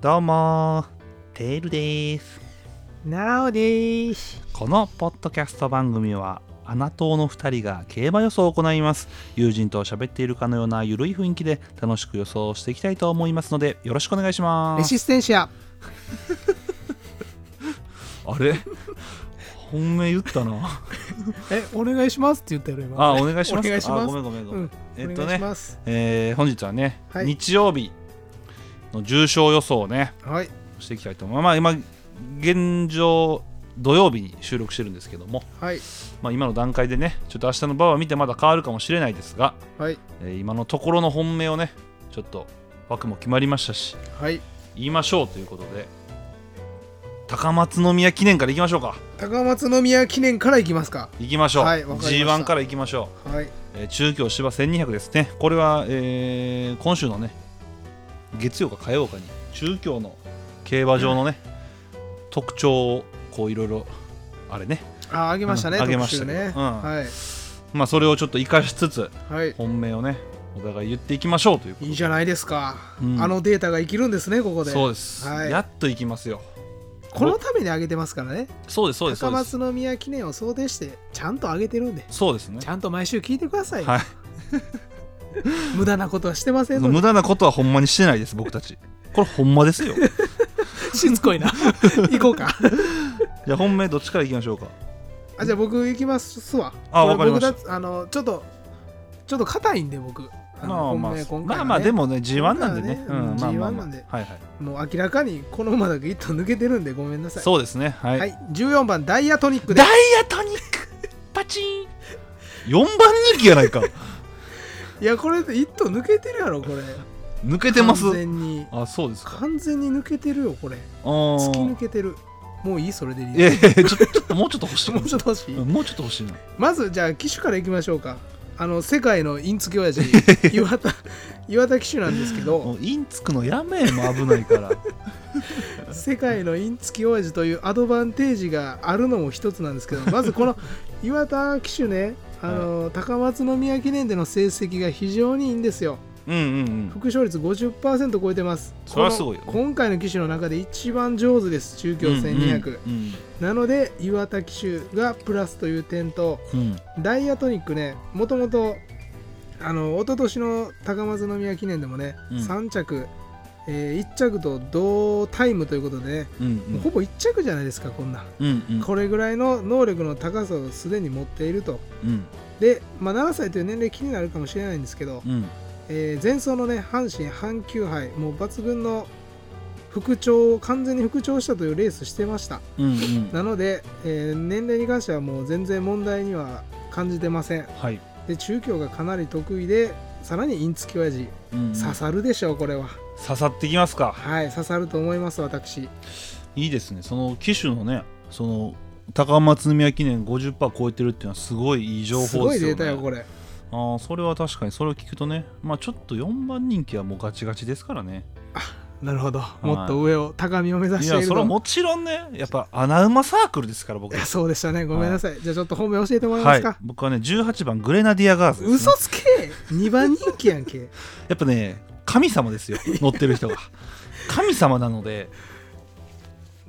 どうもーテールですなおでーす。このポッドキャスト番組はアナ党の2人が競馬予想を行います友人と喋っているかのようなゆるい雰囲気で楽しく予想していきたいと思いますのでよろしくお願いしまレすシステンシア。あれ本命言 ったなえ、お願いしますって言ったよね、今。あお願いしますお願いしますあごめんごめんごうめん、ん。えっおと願いしねます。えー本日はね、はい日曜日の重賞予想をねはい。していきたいと思います、まあ、今現状土曜日に収録してるんですけども、はい。まあ、今の段階でねちょっと明日の場は見てまだ変わるかもしれないですが、はい。えー今のところの本命をねちょっと枠も決まりましたしはい。言いましょうということで高松宮記念からいきましょうか高松宮記念からいきますか。いきましょう、はいわかりました G1 からいきましょはい。う、えー中京芝1200ですねこれは、えー今週のね月曜か火曜かに中京の競馬場のね、特徴をこういろいろあれねあ、あげましたね。うんあげま特した集けどね。うんはい。まあそれをちょっと生かしつつはい。本命をねお互い言っていきましょうということいいでじゃないですか。うんあのデータが生きるんですね、ここで。そうです、はいやっと行きますよこのためにあげてますからね。そうですそうですそ高うです松宮記念を想定して、ちゃんとあげてるんで。そうですねちゃんと毎週聞いてください。はい 無駄なことはしてませんの で無駄なことはほんまにしてないです僕たちこれほんまです よじしつ こいな。行こうか。ゃあ本命どっちから行きましょうかあじゃあ僕行きますわ。あこれわかりました僕だあのちょっとちょっと硬いんで僕。あのまあまあ、本命今回はねまあまあでもね G1 なんでね今回はねうんまあまあ G1 まなあんではいはいもう明らかにこの馬だけ一頭抜けてるんでごめんなさい。そうですねはい、はい14番ダイヤトニックでダイヤトニックパチン4番人気や ないかいやこれ一頭抜けてるやろこれ。抜けてます完全にあそうですか完全に抜けてるよこれ。あー突き抜けてる。もういいそれでリいやいーやいやちょっとちょっともうちょっと欲しいダーもうち ょっと欲しい。うんもうちょっと欲しいなまずじゃあ機種からいきましょうか。あの世界のインツ キ親父岩田岩田機種なんですけど。もうインつくのやめもう危ない から世界のインチキ親父というアドバンテージがあるのも一つなんです けどまずこの岩田騎手ねあの、高松宮記念での成績が非常にいいんですようんうんうん副勝率50%超えてますそれはすごいよこの今回の騎手の中で一番上手です中京1200、うんなので岩田騎手がプラスという点とうんうんダイヤトニックねもともとあの一昨年の高松宮記念でもね、うん3着、え1着と同タイムということでねうんもうほぼ1着じゃないですかこんなん、うんうんこれぐらいの能力の高さをすでに持っているとうんで、まあ、7歳という年齢気になるかもしれないんですけど、うんえー前走のね阪神阪急杯もう抜群の復調を完全に復調したというレースしてましたうんうんなので、えー年齢に関してはもう全然問題には感じてませんはいで中京がかなり得意でさらにインツキ親父うんうん刺刺さるでしょうこれはさってきますかはい刺さると思います私いいですねその機種のねその高松宮記念50%超えてるっていうのはすごいいい情す報ごでいすデよータよこねれあーそれは確かにそれを聞くとねまあちょっと4番人気はもうガチガチですからねなるほどいもっと上を、高みを目指いしていやるそとれはもちろんねやっぱ穴馬サークルですから僕いやそうでしたねごめんなさい、じゃあちょっと本命教えてもらえまはすいか、僕はね18番グレナディアガーズですね嘘つけ2番人気やんけやっぱね神様ですよ乗ってる人が神様なので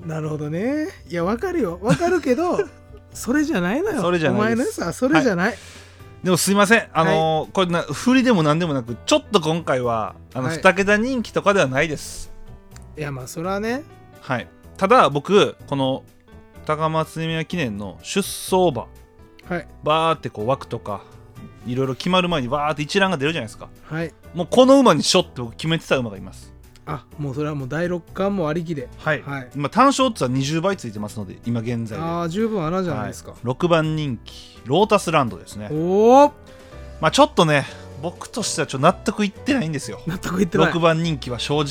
なるほどねいやわかるよわかるけ どそれじゃないのよそれじゃないお前でのやすつはそれじゃない、でもすいませんあのーこれな振りでも何でもなくちょっと今回はあのはい2桁人気とかではないですい、やまあそれはねはい、ただ僕この高松宮記念の出走馬はいバーってこう枠とかいろいろ決まる前にバーって一覧が出るじゃないですかはいもうこの馬にしょって僕決めてた馬がいますあもうそれはもう第六巻もありきではい、はい今単勝率は20倍ついてますので今現在でああ十分穴じゃないですか、はい6番人気ロータスランドですねおおまあちょっとね僕としてはちょっと納得いってないんですよ納得いってない6番人気は正直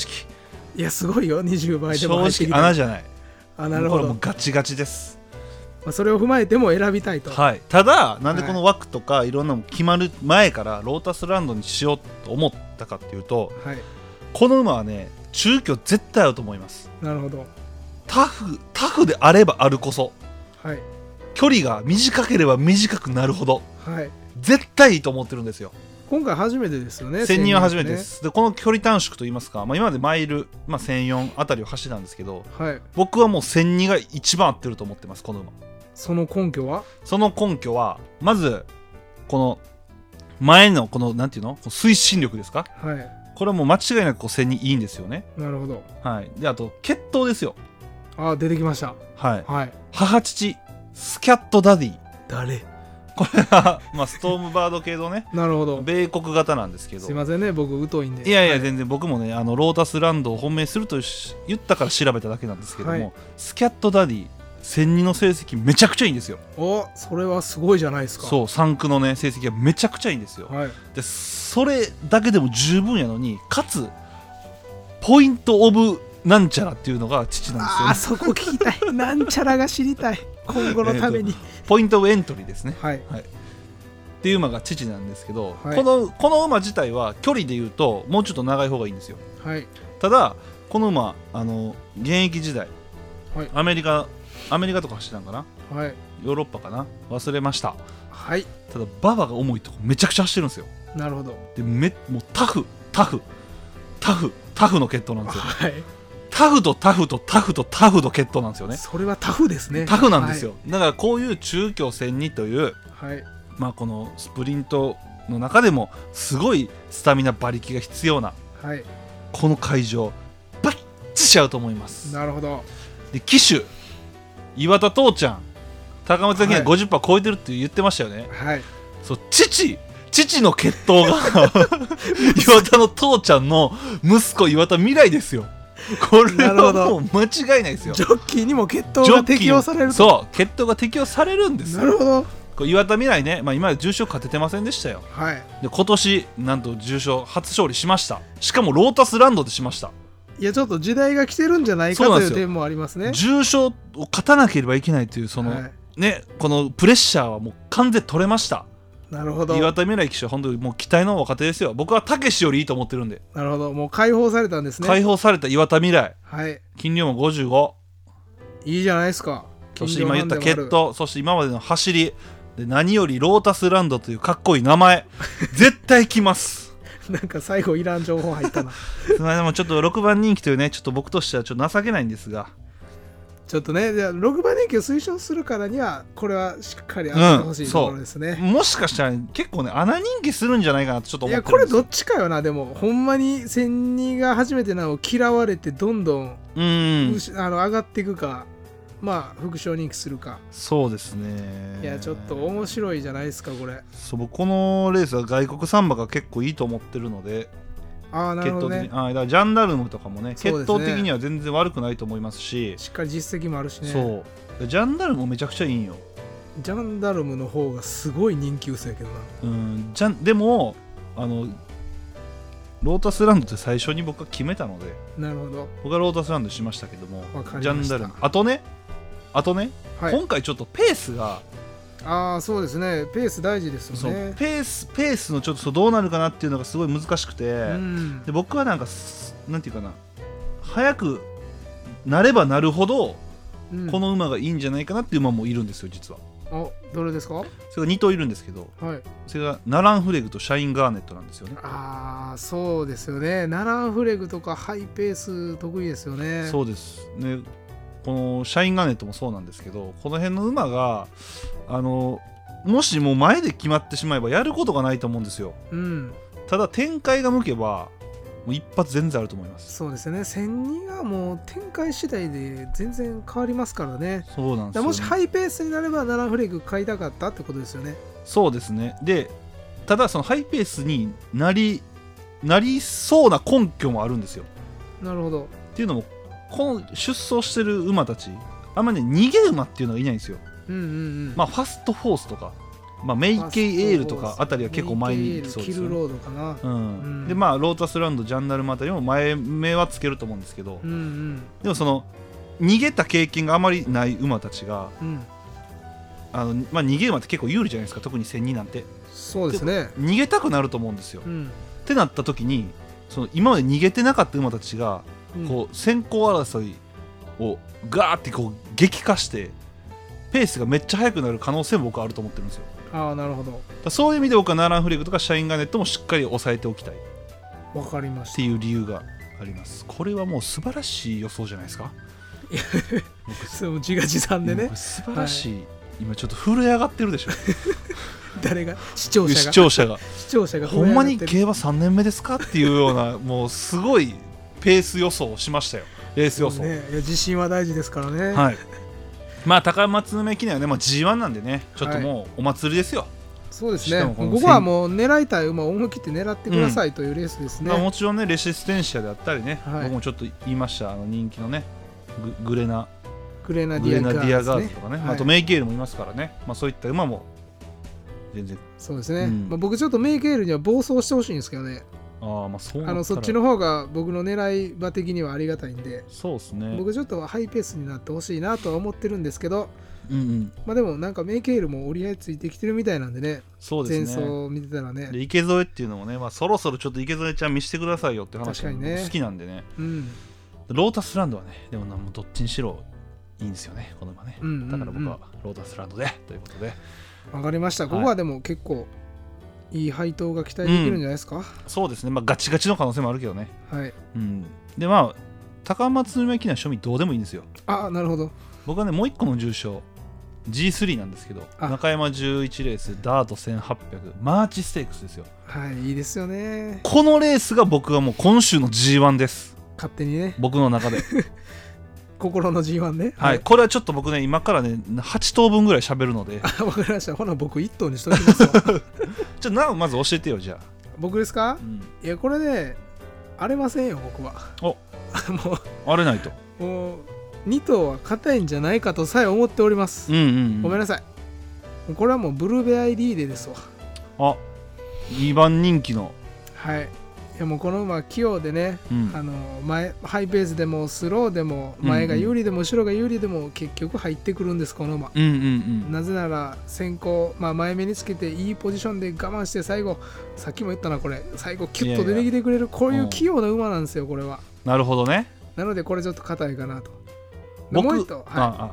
いやすごいよ20倍でも入って正きて直穴じゃないあなるこほれど、もうまガチガチです、あ、それを踏まえても選びたいと、はい、ただなんでこの枠とかいろんなの決まる前からロータスランドにしようと思ったかっていうとはい、この馬はね中距絶対合うと思いますなるほどタフタフであればあるこそはい距離が短ければ短くなるほどはい絶対いいと思ってるんですよ今回初めてですよね1000人は初めてで1000す、でこの距離短縮といいますか、まあ、今までマイル、まあ、1004あたりを走ったんですけど人はねはい僕はもう1002が一番合ってると思ってますこの馬その根拠はその根拠はまずこの前のこのなんていうのこの推進力ですかはいこれはもう間違いなくこう1002いいんですよねなるほどはいであと血統ですよあ出てきましたはいはい母父スキャットダディ 誰これは、まあ、ストームバード系のねなるほど米国型なんですけどすいませんね僕疎いんでいやいや全然僕もねあのロータスランドを本命するとし言ったから調べただけなんですけども、はいスキャットダディ1000人の成績めちゃくちゃいいんですよおそれはすごいじゃないですかそう3区のね成績がめちゃくちゃいいんですよはいでそれだけでも十分やのにかつポイント・オブ・なんちゃらっていうのが父なんあーですよ、そこ聞き たいなんちゃらが知りたい今後のために、ね、ポイント・オブ・エントリーですねはいっていう馬が父なんですけど、はいこのこの馬自体は距離で言うともうちょっと長い方がいいんですよはいただこの馬あの現役時代、はいアメリカアメリカとか走ってたんかなはいヨーロッパかな忘れましたはいただ馬場が重いとこめちゃくちゃ走ってるんですよなるほどでめもうタフタフタフタフの決闘なんですよはい、タフとタフとタフとタフの決闘なんですよねそれはタフですねタフなんですよ、だからこういう中京戦にというはい、はいまあこのスプリントの中でもすごいスタミナ馬力が必要なはいこの会場バッチしちゃうと思いますなるほどで騎手岩田父ちゃん高松的にはは50%超えてるって言ってましたよね、はいそう父父の血統 が岩田の父ちゃんの息子岩田未来ですよこれなるほはどもう間違いないですよジョッキーにも決闘が適用されるとそう血統が適用されるんですなるよほどこれ岩田未来ね、まあ、今まで重賞勝ててませんでしたよはいで今年なんと重賞初勝利しましたしかもロータスランドでしましたいやちょっと時代が来てるんじゃないかそうなとんでいすうよ点もありますね重賞を勝たなければいけないというその、はい、ねこのプレッシャーはもう完全に取れましたなるほど岩田未来騎手は本当にもう期待の若手ですよ僕はたけしよりいいと思ってるんで、なるほどもう解放されたんですね解放された岩田未来はい金量も55いいじゃないですかそして今言った金決城ファンでもある闘そして今までの走りで何よりロータスランドというかっこいい名前絶対来ますなんか最後いらん情報入った なその間もちょっと6番人気というねちょっと僕としてはちょっと情けないんですがちょっとねじゃあ6番人気を推奨するからにはこれはしっかりあってほしいうんところですね、もしかしたら結構ね穴人気するんじゃないかなとちょっとい思っやてこるんれですどっちかよなでもほんまに千人が初めてなのを嫌われてどんどん、うーうんしあの上がっていくかまあ副賞人気するかそうですねいやちょっと面白いじゃないですかこれそう僕このレースは外国サンバが結構いいと思ってるのでああな決る闘ほど的にねあだからジャンダルムとかもねそう決ですね闘的には全然悪くないと思いますししっかり実績もあるしねそうジャンダルムもめちゃくちゃいいんよ、ジャンダルムの方がすごい人気薄やけどなうん、ジャンでもあのロータスランドって最初に僕は決めたのでなるほど僕はロータスランドしましたけどもわかりましたジャンダルムあとねあとね、はい今回ちょっとペースが、ああそうですねペース大事ですそようねペースペースのちょっとそうどうなるかなっていうのがすごい難しくて、うんで僕はなんかすなんていうかな早くなればなるほどうんこの馬がいいんじゃないかなっていう馬もいるんですよ実はおどれですかはいそれが2頭いるんですけどそれがナランフレグとシャインガーネットなんですよねああそうですよねナランフレグとかハイペース得意ですよねそうですねこのシャインガーネットもそうなんですけどこの辺の馬があのもしもう前で決まってしまえばやることがないと思うんですようんただ展開が向けばもう一発全然あると思いますそうですね千人がもう展開次第で全然変わりますからねそうなんだでかすらよ、ね、もしハイペースになればナランフレグ買いたかったってことですよねそうですねでただそのハイペースになりなりそうな根拠もあるんですよなるほどっていうのもこの出走してる馬たちあんまね逃げ馬っていうのがいないんですようんうんうんまあファストフォースとか、まあ、メイケイエールとかあたりは結構前に行きそうキですよルねロードかなうんうんでまあロータスランドジャンダルムあたりも前目はつけると思うんですけど、うんうんでもその逃げた経験があまりない馬たちがうんあの、まあ、逃げ馬って結構有利じゃないですか特に1002なんてそうですね逃げたくなると思うんですよ、うっんてなった時にその今まで逃げてなかった馬たちがうんこう先行争いをガーってこう激化してペースがめっちゃ速くなる可能性も僕はあると思ってるんですよああなるほどだそういう意味で僕はナーラン・フレグとかシャインガーネットもしっかり抑えておきたいっわかりましていう理由がありますこれはもう素晴らしい予想じゃないですかたそう自画自賛でもうねこれ素晴らしい、今ちょっと震え上がってるでしょ誰が視聴者が視聴者 が視聴者がほんまに震え上がってる競馬3年目ですかっていうような もうすごいペース予想をしましたよレース予想、ね、いや自信は大事ですからね、はいまあ高松宮記念はね、まあ、G1 なんでねちょっともうお祭りですよ、そうですしねかもこのここはもう狙いたい馬を思い切って狙ってくださいというレースですね、まあ、もちろんねレシステンシアであったりね、はい僕もちょっと言いましたあの人気のねググレナグレナデグレィナディアアガガーールズズとねかね、まはあいあとメイケールもいますからね、まあ、そういった馬も全然そうですね、うんまあ、僕ちょっとメイケールには暴走してほしいんですけどねああまあそうなあたのらそっちの方が僕の狙い場的にはありがたいんでそうですね僕ちょっとハイペースになってほしいなとは思ってるんですけどうんうんまあでもなんかメイケールも折り合いついてきてるみたいなんでねそうで前す走ねを見てたらねで池添っていうのもね、まあ、そろそろちょっと池添ちゃん見せてくださいよって話が確かにね好きなんでねうんロータスランドはねでもなもうどっちにしろいいんですよねこの馬ね、うんうんうんだから僕はロータスランドでということでわかりましたはいここはでも結構いい配当が期待できるんじゃないですか、そうですねまあガチガチの可能性もあるけどねはいうんでまあ高松宮記念は庶民どうでもいいんですよあなるほど僕はねもう一個の重賞 G3 なんですけどあ中山11レースダート1800マーチステークスですよはいいいですよねこのレースが僕はもう今週の G1 です勝手にね僕の 中で心の G1 ねはい、これはちょっと僕ね今からね8等分ぐらい喋るのでちょ あわかりましたほな僕一頭にしときま すわっとなおまず教えてよじゃあ、僕ですかいやこれね荒れませんよ僕はお もあれないとうもう2頭は硬いんじゃないかとさえ思っておりますうんうん、うん、ごめなんなさいもうこれはもうブルーベアイリーデですわあ2番人気のはいいやもうこの馬は器用でね、うんあの前ハイペースでもスローでもうんうん前が有利でも後ろが有利でも結局入ってくるんですこの馬うんうんなぜなら先行、まあ、前目につけていいポジションで我慢して最後さっきも言ったなこれ最後キュッと出てきてくれるこういう器用な馬なんですよこれはなるほどねなのでこれちょっと硬いかなとで僕もう一頭、はあ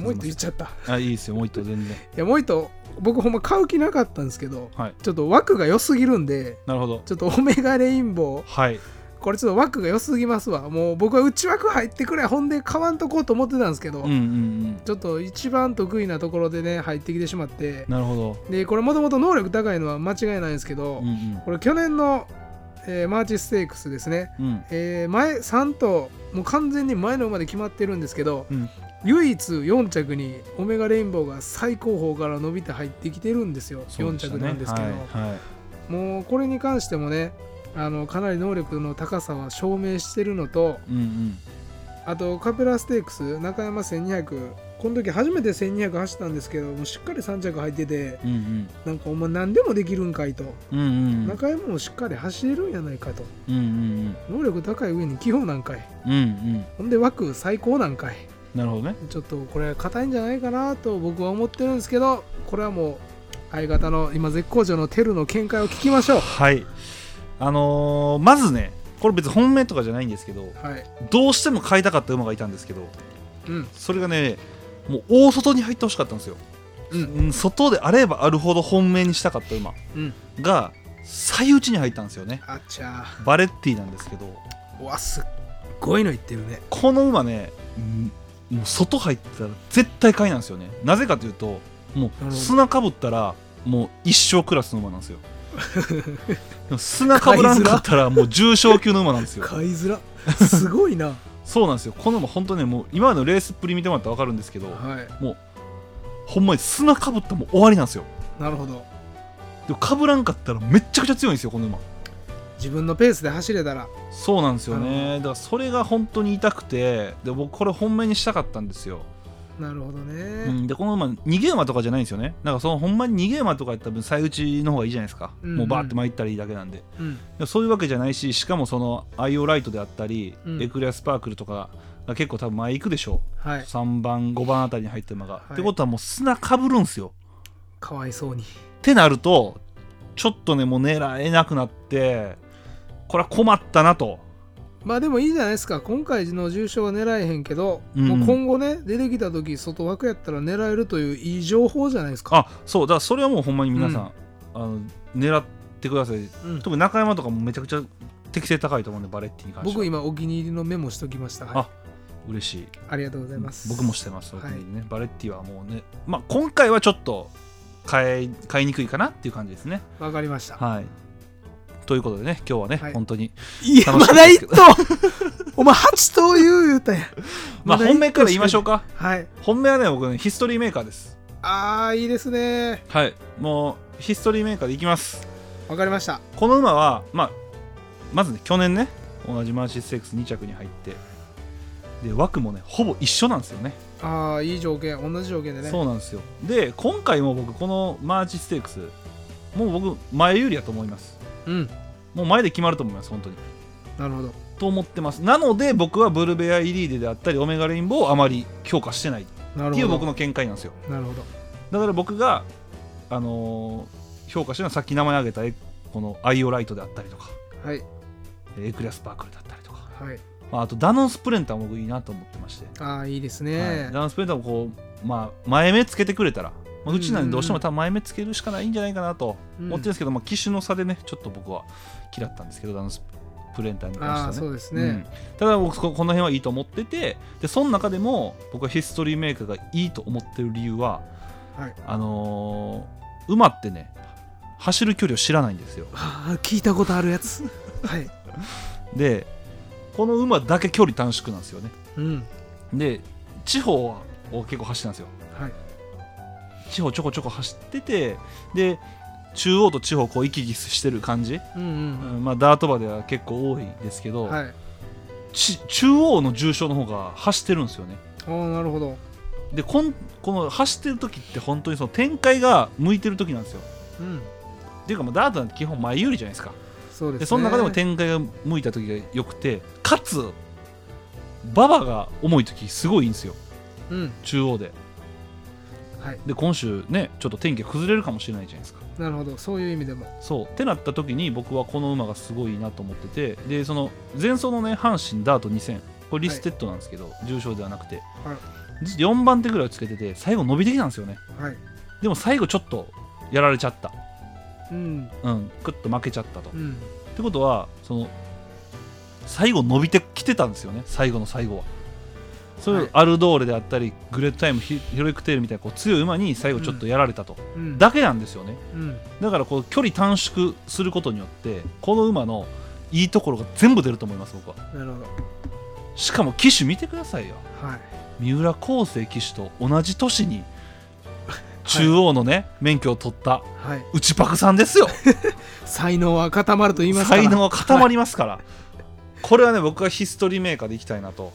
い、もう一頭言っちゃったいああいいですよもう一頭全然やもう一頭僕ほんま買う気なかったんですけどはいちょっと枠が良すぎるんでなるほどちょっとオメガレインボーはいこれちょっと枠が良すぎますわもう僕は内枠入ってくれほんで買わんとこうと思ってたんですけうど、んうんうんちょっと一番得意なところでね入ってきてしまってなるほどでこれもともと能力高いのは間違いないんですけど、うんうんこれ去年の、えーマーチステークスですね、うんえー前3頭もう完全に前の馬で決まってるんですけど、うん唯一4着にオメガレインボーが最高峰から伸びて入ってきてるんですよ、そう4でした着なんですけど、はい、はいもうこれに関してもねあのかなり能力の高さは証明してるのとうんうんあとカペラステークス中山1200この時初めて1200走ったんですけどもうしっかり3着入っててうんうんなんかお前何でもできるんかいと、うんうんうん中山もしっかり走れるんやないかとうんうん能力高い上に器用なんかいうんうんほんで枠最高なんかいなるほどねちょっとこれ硬いんじゃないかなと僕は思ってるんですけどこれはもう相方の今絶好調のテルの見解を聞きましょうはいあのーまずねこれ別に本命とかじゃないんですけどはいどうしても買いたかった馬がいたんですけどうんそれがねもう大外に入ってほしかったんですよ、うんうん外であればあるほど本命にしたかった馬うんが最内に入ったんですよねあっちゃバレッティなんですけどーうわすっごいの言ってるねこの馬ね、うんもう外入ったら絶対買いなんですよねなぜかというともほうど砂かぶったらもう一生クラスの馬なんですよ でも砂かぶらんかったらもう重賞級の馬なんですよ買いづらすごい なはそうなんですよこの馬本当ねもう今までのレースっぷり見てもらったら分かるんですけどほんまに砂かぶったらもう終わりなんですよいなるほどでもかぶらんかったらめっちゃくちゃ強いんですよこの馬自分のペースで走れたらそうなんですよなるねだからそれが本当に痛くてで僕これ本命にしたかったんですよ、なるほどね、うん、でこの馬逃げ馬とかじゃないんですよねなんかそのほんまに逃げ馬とかやったら分最内の方がいいじゃないですか、うんうんもうバーって参ったらいいだけなんでうんでもそういうわけじゃないししかもそのアイオライトであったり、うんエクレアスパークルとかが結構多分前行くでしょはう、い3番5番あたりに入った馬が、いってことはもう砂かぶるんすよかわいそうにってなるとちょっとねもう狙えなくなってこれは困ったなとまあでもいいじゃないですか今回の重賞は狙えへんけど、うんもう今後ね出てきた時外枠やったら狙えるといういい情報じゃないですかあそうだからそれはもうほんまに皆さん、あの狙ってくださいうん特に中山とかもめちゃくちゃ適性高いと思うんでバレッティに関しては僕今お気に入りのメモしときました、はい、あ嬉しいありがとうございます僕もしてます、はい僕にねバレッティはもうね、まあ、今回はちょっと変え変えにくいかなっていう感じですねわかりましたはいということでね今日はね、はい本当にいや楽ましみだです一け頭 お前8頭言う言うたやんまあだ一頭本命から言いましょうかしかはい本命はね僕ねヒストリーメーカーですああいいですねはいもうヒストリーメーカーでいきますわかりましたこの馬は、まあ、まずね去年ね同じマーシーステークス2着に入ってで枠もねほぼ一緒なんですよねああいい条件同じ条件でねそうなんですよで今回も僕このマーチステークスもう僕前有利やと思いますうんもう前で決まると思います本当になるほどと思ってますなので僕はブルベアイリーデであったりオメガレインボーをあまり強化してないっなるていうほ僕どの見解なんですよなるほどだから僕が、あのー評価してるのはさっき名前挙げたえこのアイオライトであったりとかはいえーエクレアスパークルだったりとかはいまあ、あとダノンスプレンターも僕いいなと思ってまして、ああいいですはいね、ダノンスプレンターもこう、まあ、前目つけてくれたら、まあ、うちなんでどうしても多分前目つけるしかないんじゃないかなとうん思ってるんですけど、まあ、機種の差でねちょっと僕は嫌ったんですけどダノンスプレンターにああ関してそはねうでうすねん、ただ僕ここの辺はいいと思っててでその中でも僕はヒストリーメーカーがいいと思ってる理由は、はいあのー馬ってね走る距離を知らないんですよああ聞いたことあるや つはいでこの馬だけ距離短縮なんですよねうんで地方を結構走ったんですよはい地方ちょこちょこ走っててで中央と地方をこう行き来してる感じ、うんうんうんまあ、ダート馬では結構多いですけど、うんはいち中央の重症の方が走ってるんですよねああなるほどでこんこの走ってる時って本当にその展開が向いてる時なんですようんっていうかもうダートなんて基本前有利じゃないですかそうですねでその中でも展開が向いた時が良くてかつ馬場が重い時すごいいいんですようん中央ではいで今週ねちょっと天気が崩れるかもしれないじゃないですかなるほどそういう意味でもそうってなった時に僕はこの馬がすごいいいなと思っててでその前走のね阪神ダート2000これリステッドなんですけど、重傷ではなくて、実は4番手ぐらいをつけてて最後伸びてきたんですよねはいでも最後ちょっとやられちゃったうんうんクッと負けちゃったと、うっんてことはその最後伸びてきてたんですよね最後の最後はそういう、はいアルドーレであったりグレートタイムヒヒロイクテールみたいなこう強い馬に最後ちょっとやられたと、うんだけなんですよねうんだからこう距離短縮することによってこの馬のいいところが全部出ると思います僕はなるほどしかも騎手見てくださいよはい三浦康生騎手と同じ年に中央のね、免許を取ったはい内パクさんですよ才能は固まると言いますから才能は固まりますから、これはね僕はヒストリーメーカーでいきたいなと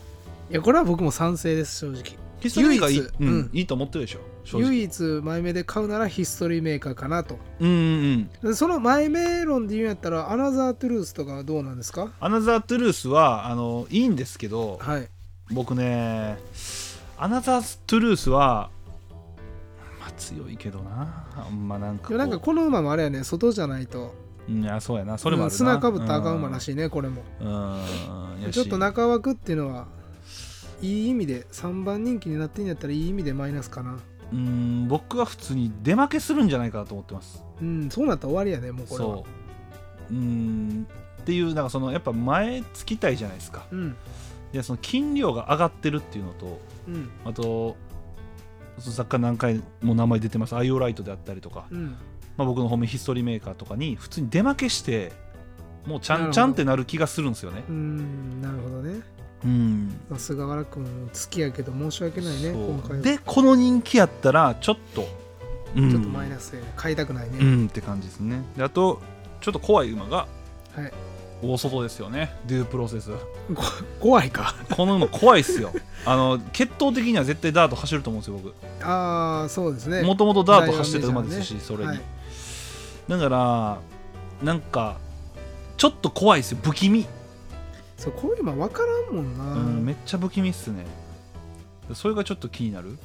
いやこれは僕も賛成です正直ヒストリーメーカーいい,、唯一うんうんいいと思ってるでしょ正直唯一前目で買うならヒストリーメーカーかなとうんうんうんでその前目論で言うんやったらアナザートゥルースとかはどうなんですかアナザー・トゥルースはあのいいんですけど、はい僕ねアナザー・トゥルースはまあ強いけどなあんまなんかでもなんかこの馬もあれやね外じゃないとうんいやそうやなそれもあるうなん砂かぶった赤馬らしいねこれもうんうんやしちょっと中枠っていうのはいい意味で3番人気になってんやったらいい意味でマイナスかなうん僕は普通に出負けするんじゃないかなと思ってますうんそうなったら終わりやねもうこれはそううんっていうなんかそのやっぱ前つきたいじゃないですかうんでその筋量が上がってるっていうのとうんあとその作家何回も名前出てますアイオライトであったりとかうんまあ、僕の本命ヒストリーメーカーとかに普通に出負けしてもうちゃなるんほどちゃんってなる気がするんですよねうんなるほどね、うんまあ、菅原君も好きやけど申し訳ないねそう今回はでこの人気やったらちょっと、うん、ちょっとマイナスやね買いたくないね、うんって感じですねであとちょっと怖い馬がはい大外ですよねデュープロセスこ怖いかこの馬怖いっすよあの血統的には絶対ダート走ると思うんですよああそうですね僕もともとダート走ってた馬ですし、それに、はいだからなんかちょっと怖いっすよ不気味そうこういう馬分からんもんな、うん、めっちゃ不気味っすねそれがちょっと気になる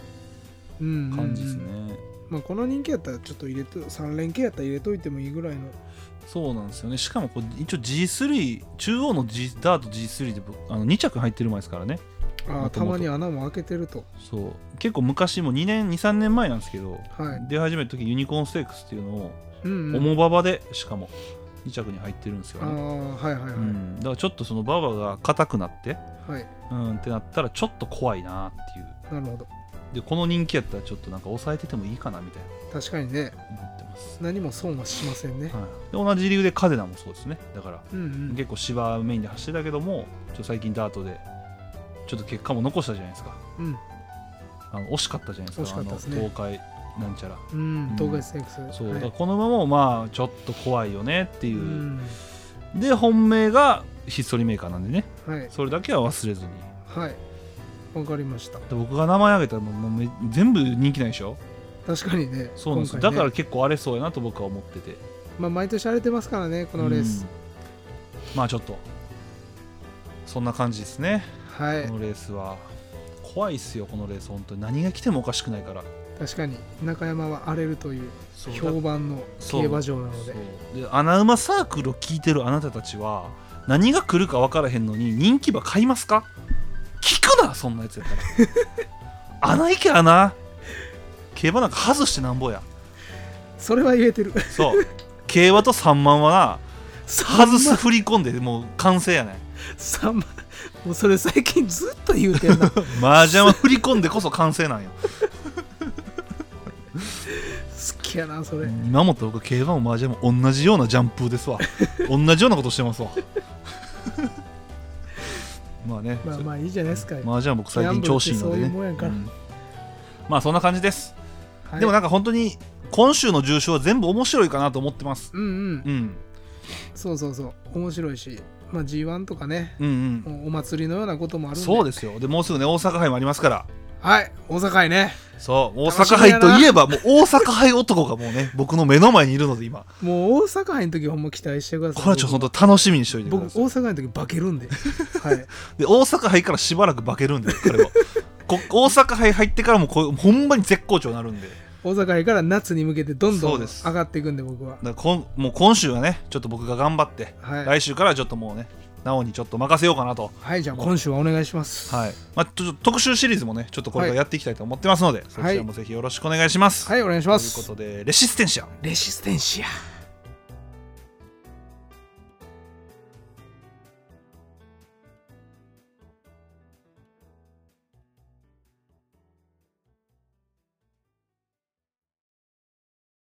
うんうんうん感じですね、まあ、この人気やったらちょっと入れと3連携やったら入れといてもいいぐらいのそうなんですよねしかもこう一応 G3 中央の、G、ダート G3 であの2着入ってる前ですからねああ元々たまに穴も開けてるとそう結構昔も2年23年前なんですけど、はい出始めた時ユニコーンステークスっていうのをうん、うん、重馬場でしかも2着に入ってるんですよああね、はいはいはい、うん、だからちょっとその馬場が硬くなってはいうんってなったらちょっと怖いなっていうなるほどでこの人気やったらちょっとなんか抑えててもいいかなみたい確かにねな思ってます、何も損はしませんね、はい、で同じ理由でカデナもそうですねだからうんうん結構芝メインで走ってたけどもちょっと最近ダートでちょっと結果も残したじゃないですかうんあの惜しかったじゃないですか惜しかったですねあの東海なんちゃらうん、東海ステークス、そう、はいだからこの馬もまあちょっと怖いよねっていうう、んで本命がひっそりメーカーなんでねはいそれだけは忘れずにはいわかりましたで僕が名前挙げたらもうもうめ全部人気ないでしょ確かにねそうなんですよ、今だ回ねから結構荒れそうやなと僕は思っててまあ、毎年荒れてますからねこのレース、うんまあちょっとそんな感じですねはいこのレースは怖いっすよこのレース本当に何が来てもおかしくないから確かに中山は荒れるというそうだ評判の競馬場なのそでうで穴馬サークルを聞いてるあなたたちは何が来るか分からへんのに人気馬買いますか聞くなそんなやつやから 穴行け穴競馬なんか外してなんぼやそれは言えてるそう競馬と3万はな外 外 す振り込んでもう完成やねん3万もうそれ最近ずっと言うてん な麻雀は振り込んでこそ完成なんよ好きやなそれ、今もと僕競馬も麻雀も同じようなジャンプです わ同じようなことしてますわまあね、まあまあいいじゃないですか、まあじゃあ僕最近調子いいのでギャねンブルってそういうもんやからんまあそんな感じです、はいでもなんか本当に今週の重賞は全部面白いかなと思ってます、うんうんうん、そうそうそう面白いし、まあ、G1 とかねうんうんもうお祭りのようなこともあるんでそうすですよでもうすぐね大阪杯もありますからはい大阪へねそう大楽し阪みや杯なといえばもう大阪杯男がもうね僕の目の前にいるので今もう大阪杯の時ほんま期待してくださいこれはちょっと本当楽しみにしておいてく僕だ僕さい大阪杯の時化けるんで はいで大阪杯からしばらく化けるん で彼はこ大阪杯入ってからもこうほんまに絶好調になるんで大阪杯から夏に向けてどんそどうんです上がっていくんで僕はだからこんもう今週はねちょっと僕が頑張って、はい、来週からはちょっともうねなおにちょっと任せようかなとはい、じゃあ今週はお願いしますはいまあ、ちょっと特集シリーズもねちょっとこれからやっていきたいと思ってますので、そちらもぜひよろしくお願いします、はいお願いしとまいうこすとでレシステンシアレシステンシア